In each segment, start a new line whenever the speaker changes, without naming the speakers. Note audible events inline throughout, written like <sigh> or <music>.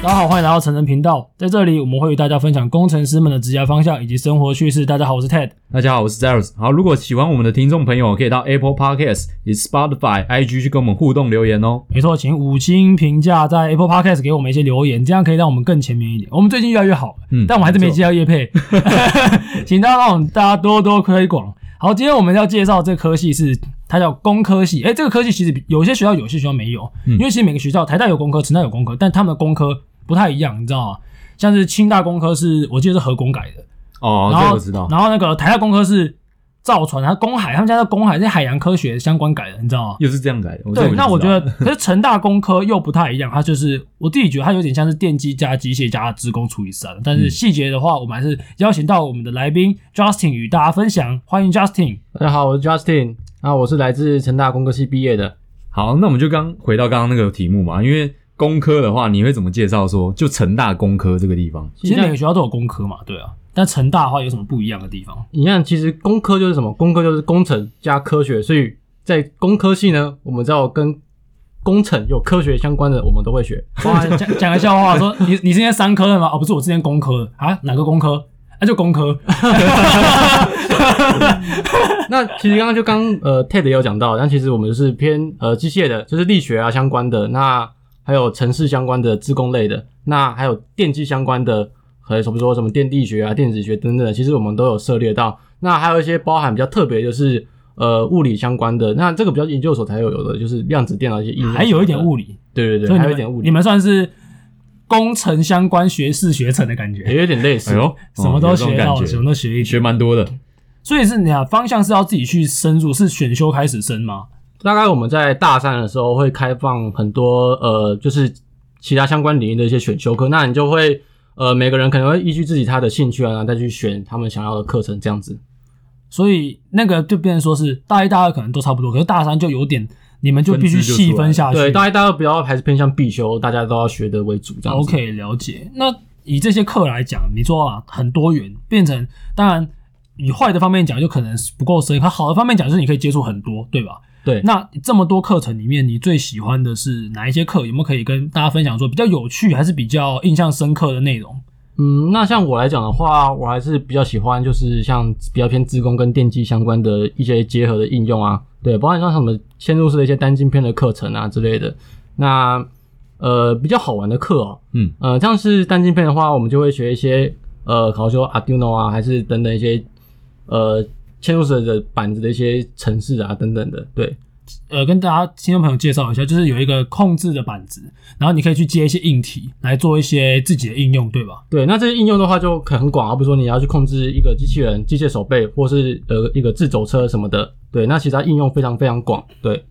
大家好，欢迎来到成人频道，在这里我们会与大家分享工程师们的职业方向以及生活趣事。大家好，我是 Ted。
大家好，我是 Zeros。好，如果喜欢我们的听众朋友，可以到 Apple Podcast、以及 Spotify、IG 去跟我们互动留言哦。
没错，请五星评价在 Apple Podcast 给我们一些留言，这样可以让我们更前面一点。我们最近越来越好，
嗯
但我们还是没接到叶配， <laughs> 请大家让我们大家多多推广。好，今天我们要介绍这科系是它叫工科系，哎、这个科系其实比有些学校有些学校没有，因为其实每个学校台大有工科，成大有工科，但他们的工科不太一样，你知道吗？像是清大工科是我记得是核工改的，
哦，
然
这
后
个我知道。
然后那个台大工科是造船，它工海，他们家的工海是海洋科学相关改的，你知道吗？
又是这样改的，这
对，
就
那
知
我
道
觉得，可是成大工科又不太一样，它就是我自己觉得它有点像是电机加机械加职工除以三，但
嗯
是细节的话，我们还是邀请到我们的来宾 Justin 与大家分享，欢迎 Justin。
大家好，我是 Justin，啊，我是来自成大工科系毕业的。
好，那我们就刚回到刚刚那个题目嘛，因为工科的话，你会怎么介绍说就成大工科这个地方？
其实每个学校都有工科嘛，对啊，但成大的话有什么不一样的地方？
你看，其实工科就是什么？工科就是工程加科学，所以在工科系呢，我们知道跟工程有科学相关的，我们都
<laughs>
会学。
哇，讲讲个笑话，说你你今天三科了吗？哦，不是，我之前工科的啊，哪个工科？那、就工
<laughs>
科。 <laughs>
那其实刚刚就刚呃 Ted 也有讲到，但其实我们就是偏呃机械的，就是力学啊相关的，那还有城市相关的、自工类的，那还有电机相关的，还有什么说什么电力学啊、电子学等等的，其实我们都有涉猎到。那还有一些包含比较特别，就是呃物理相关的，那这个比较研究所才有有的，就是量子电脑一些应用，
还有一点
理，
物理，
对对
所
对，
以你
还有
们
一点物
你
理，
们算是工程相关学士学成的感觉，
也有点类似。
哎呦，
什么
哦
都
有这种
学到，
感
什
觉
么都学一
你
学
学。蛮多的。
所以是你啊，方向是要自己去深入，是选修开始升吗？
大概我们在大三的时候会开放很多呃，就是其他相关领域的一些选修课，那你就会呃，每个人可能会依据自己他的兴趣啊，然后再去选他们想要的课程这样子。
所以那个就变成说是大一、大二可能都差不多，可是大三就有点，你们就必须
分支就出来
细分下去。
对，大一、大二比较还是偏向必修，大家都要学的为主这样子。
OK，了解。那以这些课来讲，你说啊，很多元，变成当然，以坏的方面讲，就可能是不够深；，它好的方面讲，就是你可以接触很多，对吧？
对
那这么多课程里面，你最喜欢的是哪一些课？有没有可以跟大家分享说比较有趣，还是比较印象深刻的内容？
嗯，那像我来讲的话，我还是比较喜欢就是像比较偏自工跟电机相关的一些结合的应用啊，对，包括像什么嵌入式的一些单晶片的课程啊之类的。那呃比较好玩的课哦，
嗯，
呃像是单晶片的哦话，我们就会学一些呃，考说 Arduino 啊，还是等等一些呃嵌入式的板子的一些程式啊等等的，对。
呃，跟大家听众朋友介绍一下，就是有一个控制的板子，然后你可以去接一些硬体来做一些自己的应用，对吧？
对，那这些应用的话就可很广啊，比如说你要去控制一个机器人、机械手背，或是呃一个自走车什么的。对，那其实它应用非常非常广。对，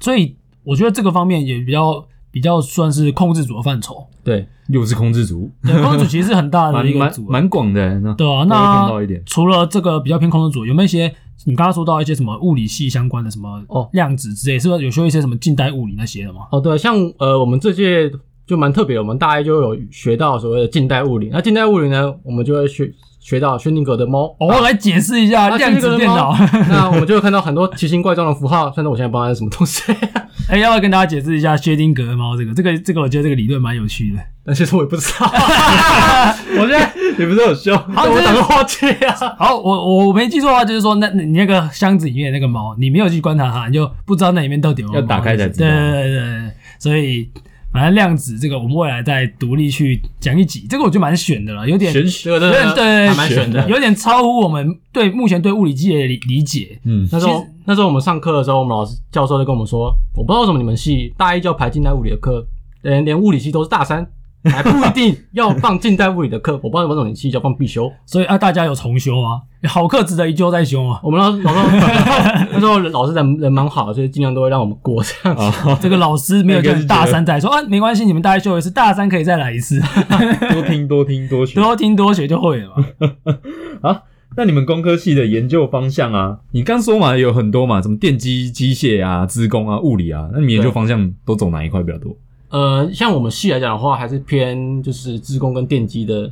所以我觉得这个方面也比较比较算是控制组的范畴。
对，
又是控制组， <laughs>
对，控制组其实是很大
蛮
的一个
蛮
组、啊，
蛮广的。那
对啊。
都会碰到
那
一点
除了这个比较偏控制组，有没有一些你刚刚说到一些什么物理系相关的什么
哦
量子之类，是不是有修一些什么近代物理那些的吗？
哦对，像呃我们这届就蛮特别，我们大一就有学到所谓的近代物理。那近代物理呢，我们就会学学到薛定谔的猫。
哦，我来解释一下
那
量子电脑。
薛定谔的猫 <laughs> 那我们就会看到很多奇形怪状的符号，虽然我现在不知道它是什么东西，
<laughs>
<laughs>
哎、要不要跟大家解释一下薛定谔猫这个？这个这个，我觉得这个理论蛮有趣的。 <laughs>
但其实我也不知道。我现在
你不是有修？
好
但我
哦这
打个花痴啊。
好，我我没记错的话，就是说，那你那个箱子里面的那个猫，你没有去观察它，你就不知道那里面到底有没有
要
猫
打开才知道
对对对对对，所以反正量子这个，我们未来再独立去讲一集，这个我就蛮选的了，有点
玄啊
这个
有
真
点
的
对，
还蛮悬的。
有点超乎我们对目前对物理界的理理解。
嗯，
那时候那时候我们上课的时候，我们老师教授就跟我们说，我不知道为什么你们系大一就要排近代物理的课，连连物理系都是大三，还不一定要放近代物理的课。我不知道为什么你们系就要放必修。
所以啊，大家有重修啊，好课值得一究再修啊。
我们老师老师 <laughs> 那时候老师人人蛮好的，所以尽量都会让我们过这样子。
啊，
这个老师没有
那个
叫
是
你大三再说啊，没关系，你们大一修一次，大三可以再来一次，
多听多听多学。
多听多学就会了嘛。
那你们工科系的研究方向啊，你刚说嘛有很多嘛，什么电机、机械啊、资工啊、物理啊，那你们研究
对
方向都走哪一块比较多？
呃，像我们系来讲的话，还是偏就是自工跟电机的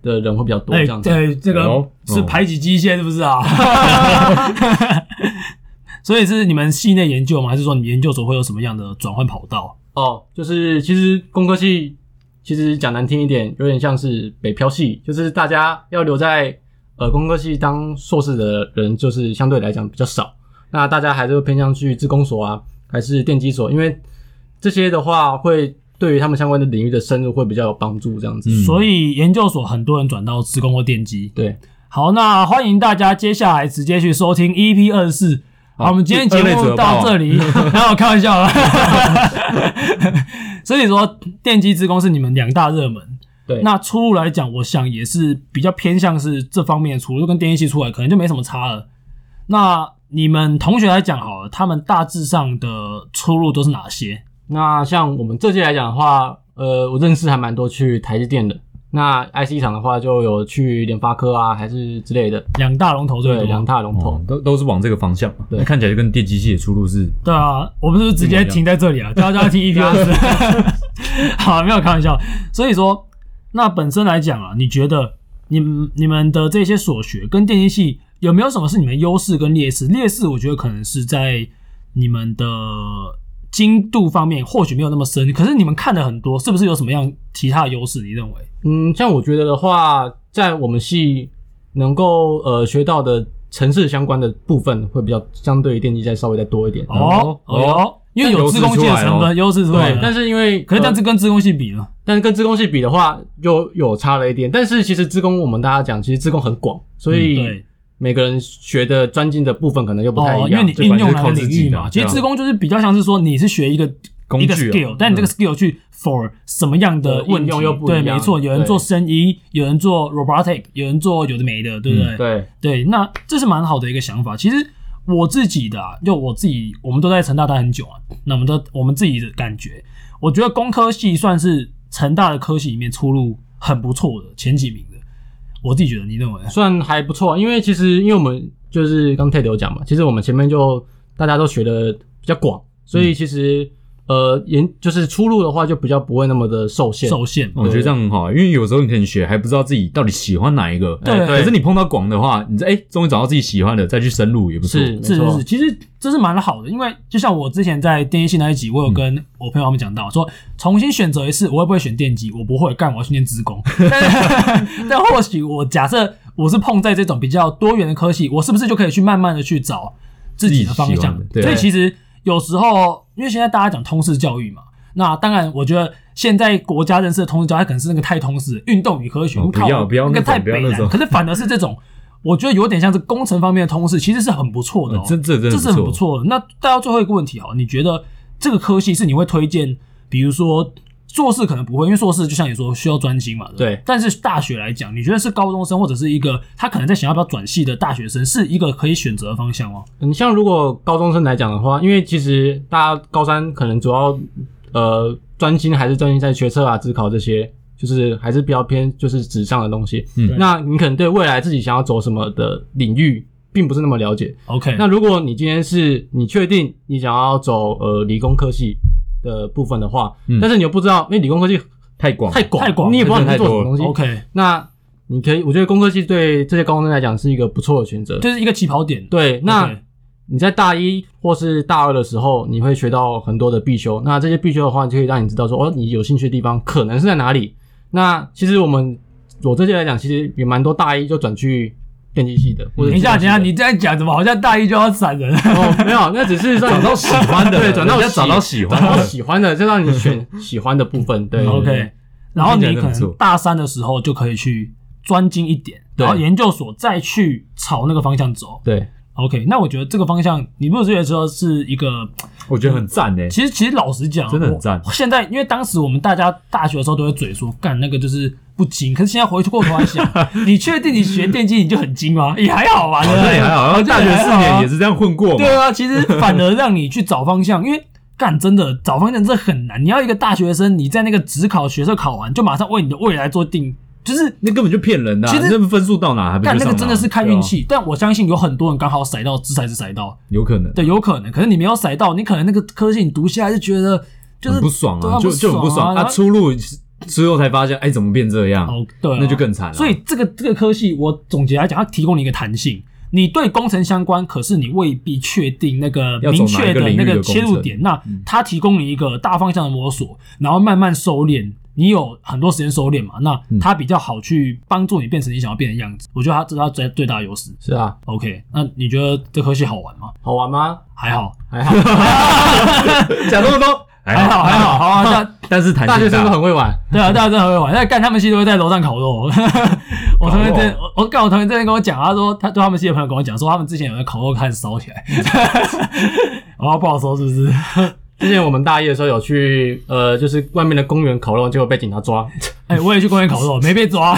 的人会比较多
哎
这，样子。
对，这个
哦
是排挤机械是不是啊？ <laughs> 所以是你们系内研究吗？还是说你们研究所会有什么样的转换跑道？
哦，就是其实工科系其实讲难听一点，有点像是北漂系，就是大家要留在呃工科系当硕士的人，就是相对来讲比较少。那大家还是会偏向去自工所啊，还是电机所，因为这些的话会对于他们相关的领域的深入会比较有帮助，这样子。
嗯
所以研究所很多人转到职工或电机。
对，
好，那欢迎大家接下来直接去收听 EP 二四。好，我们今天节
二类
目
者
到
爆
这里， <laughs> 然后开玩笑啦。所以说，电机职工是你们两大热门。
对
那出路来讲，我想也是比较偏向是这方面的出路，就跟电机系出来可能就没什么差了。那你们同学来讲好了，他们大致上的出路都是哪些？
那像我们这届来讲的话，呃，我认识还蛮多去台积电的。那 IC 厂的话，就有去联发科啊，还是之类的，
两大龙头最
对，
多。
两大龙头。
哦，都都是往这个方向嘛。
对
那看起来就跟电机系的出路是
对啊，我们是不是直接停在这里啊？大家
<laughs>
听 EP 二十， <laughs> 好，没有开玩笑。所以说，那本身来讲啊，你觉得你们你们的这些所学跟电机系有没有什么是你们优势跟劣势？劣势我觉得可能是在你们的精度方面或许没有那么深，可是你们看的很多，是不是有什么样其他的优势？你认为？
嗯，像我觉得的话，在我们系能够呃学到的城市相关的部分，会比较相对于电机再稍微再多一点。
哦
哦
哦，因为
但
有
优势
自工系
出
的
来哦啊
成分，
咯
优势出来
对
了，，
但是因为
可是但
呃
是跟自工系比呢？
但是跟自工系比的话，又有差了一点。但是其实自工我们大家讲，其实自工很广，所以
嗯对。
每个人学的专精的部分可能又不太
哦，因为
一样。
你
这
应
本来
用
就是
哪
靠
个
自
领
己
域
的
嘛，
啊
其实
对啊
自工就是比较像是说你是学一个
工
一个
具啊
skill，但你这个 skill 去 for 什么样的
对
问
应
题
用又不
对，
一样
没错，有人
对
做生医，有人做 robotic，有人做有的没的，对不对？
嗯对
对，那这是蛮好的一个想法。其实我自己的、啊，就我自己，我们都在成大待很久啊，那我们的我们自己的感觉，我觉得工科系算是成大的科系里面出路很不错的前几名的，我自己觉得，你认为呢？
算还不错，因为其实因为我们就是刚 Ted 有讲嘛，其实我们前面就大家都学的比较广，所以其实、呃研就是出路的话就比较不会那么的受限。
受限
哦我觉得这样很好，因为有时候你可能学还不知道自己到底喜欢哪一个，
对
哎
对
可是你碰到广的话，你这哎终于找到自己喜欢的，再去深入也不错。
是没
是是
错
是，，其实这是蛮好的，因为就像我之前在电机系那一集，我有跟我朋友他们讲到，说重新选择一次，我会不会选电机？我不会，干我要去念职
<laughs>
工。但但或许我假设我是碰在这种比较多元的科系，我是不是就可以去慢慢的去找自己的方
自己喜
向
欢的？对
所以其实有时候，因为现在大家讲通识教育嘛。那当然，我觉得现在国家认识的通识教育，它可能是那个太通识了，运动与科学，
哦
我靠
不要不要
那个
那种
太
不要
北
那
了。
种
可是反而是这种，我觉得有点像是工程方面的通识，其实是很不错的、哦
呃这这真的
这是很不
不错
错的。那带到最后一个问题哦，你觉得这个科系是你会推荐，比如说硕士可能不会，因为硕士就像你说需要专心嘛，对不对
对
但是大学来讲，你觉得是高中生或者是一个他可能在想要不要转系的大学生，是一个可以选择的方向吗？
你像如果高中生来讲的话，因为其实大家高三可能主要呃专心还是专心在学测啊、职考这些，就是还是比较偏就是纸上的东西。
嗯
那你可能对未来自己想要走什么的领域并不是那么了解。
？OK，
那如果你今天是你确定你想要走呃理工科系的部分的话，
嗯
但是你又不知道，因为理工科系
太广
太广，
哦太广
你也不知道你
真的太
在做什
多
么
了
东西。
OK，
那你可以，我觉得工科系对这些高中生来讲是一个不错的选择。
就是一个起跑点。
对，那
OK
你在大一或是大二的时候，你会学到很多的必修。那这些必修的话，就可以让你知道说，哦，你有兴趣的地方可能是在哪里。那其实我们我这些来讲，其实也蛮多大一就转去电机系的，或者
等一下，
资
等一
工
下，
系的
你这样讲怎么好像大一就要闪人？
哦，没有，那只是让你
找到喜欢的
对，转到
人家找到喜欢的嗯
找到喜欢的，就让你选喜欢的部分，对
OK，然后你
听起来
可
真不
能
错
大三的时候就可以去专精一点，
对
然后研究所再去朝那个方向走。
对
OK，那我觉得这个方向，你不觉得说是一个？
我觉得很赞诶。
其实其实老实讲，
真的很赞
我现在因为当时我们大家大学的时候都会嘴说，干那个就是不精，可是现在回过头来
<laughs>
想，你确定你学电机你就很精吗？也还好吧，对
好
不
像
对？
哦也还
<laughs>
好，然后大学四年也是这样混过嘛。
啊对啊，其实反而让你去找方向，因为干真的找方向这很难。你要一个大学生，你在那个职考、学测考完，就马上为你的未来做定，就是
那根本就骗人的啊，
其实
那分数到哪还不
干那
去
个
上
真
哪
的是看
对啊
运气。但我相信有很多人刚好甩到，掷骰子甩到，
有可能。
对，有可能。可是你没有甩到，你可能那个科系你读下来就觉得就是
很不爽
对
啊，就就很不爽
然
啊！
后
出路之后才发现，哎，怎么变这样？
哦，对啊，
那就更惨了。 <laughs>
所以这个这个科系，我总结来讲，它提供你一个弹性。你对工程相关，可是你未必确定那个
要
明
走哪
确
一个
的
领域
那
的
个
工
切入
程嗯
点。那它提供你一个大方向的摸索，然后慢慢收敛，你有很多时间收敛嘛，那
嗯
它比较好去帮助你变成你想要变的样子。我觉得它这是它最最大的优势。
是啊，
OK，那你觉得这科系好玩吗？
好玩吗？
还好，
还好，
讲那么多，
<laughs>
还
还好，还好，好啊。那
哎 <laughs> 但是弹
大
性
学生都很会玩，
对啊，大家真的很会玩。那干他们系都会在楼上烤肉。我同学真，我我干我同学之前跟我讲，他说他对他们系的朋友跟我讲，说他们之前有在烤肉开始烧起来。我不好说是不是？
之前我们大一的时候有去呃，就是外面的公园烤肉，结果被警
<laughs>
察抓。
哎、我也去公园烤肉，没被抓。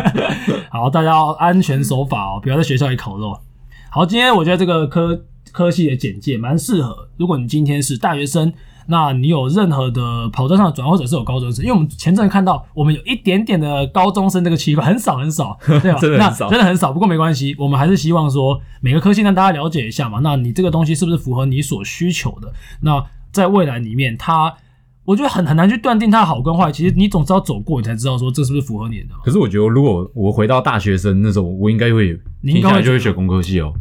<laughs> 好，大家要安全守法哦，不要在学校里烤肉。好，今天我觉得这个科科系的简介蛮适合，如果你今天是大学生，那你有任何的跑道上的转换，或者是有高中生，因为我们前阵看到我们有一点点的高中生这个奇怪，很少很少，对
<laughs>
吧？
真的很少
那真的很少，不过没关系，我们还是希望说每个科系让大家了解一下嘛。那你这个东西是不是符合你所需求的？那在未来里面，它我觉得很很难去断定它好跟坏，其实你总是要走过，你才知道说这是不是符合你的嘛。
可是我觉得，如果我回到大学生那时候，我应该会
你应
听
该
下
会
来就会选工科系哦。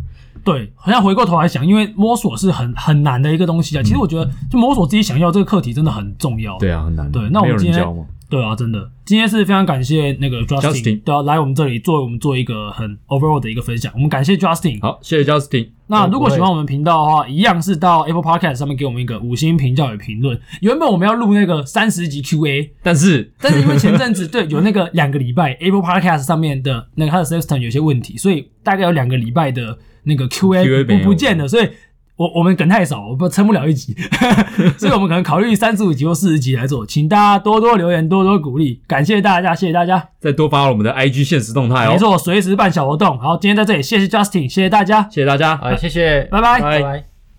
对，好像回过头来想，因为摸索是很很难的一个东西啊。其实我觉得，就摸索自己想要这个课题真的很重要。
对啊，很难。
对那我
没有
们今
人
天
教吗？
对啊，真的，今天是非常感谢那个 Justin，,
Justin
对啊，来我们这里做我们做一个很 overall 的一个分享。我们感谢 Justin。
好，谢谢 Justin。
那如果喜欢
我，
我们频道的话，一样是到 Apple Podcast 上面给我们一个五星评价与评论。原本我们要录那个三十集 Q&A，
但是
但是因为前阵子对有那个两个礼拜 Apple Podcast 上面的那个它的 system 有些问题，所以大概有两个礼拜的那个
Q&A
Q&A
没有
不不见了，所以我我们梗太少，我不撑不了一集， <laughs> 所以我们可能考虑三十五集或四十集来做，请大家多多留言，多多鼓励，感谢大家，谢谢大家。
再多发我们的 IG 现实动态哦。
没，错，随时办小活动。好，今天在这里，谢谢 Justin，谢谢大家，
谢谢大家。
好，谢谢，
拜拜
拜拜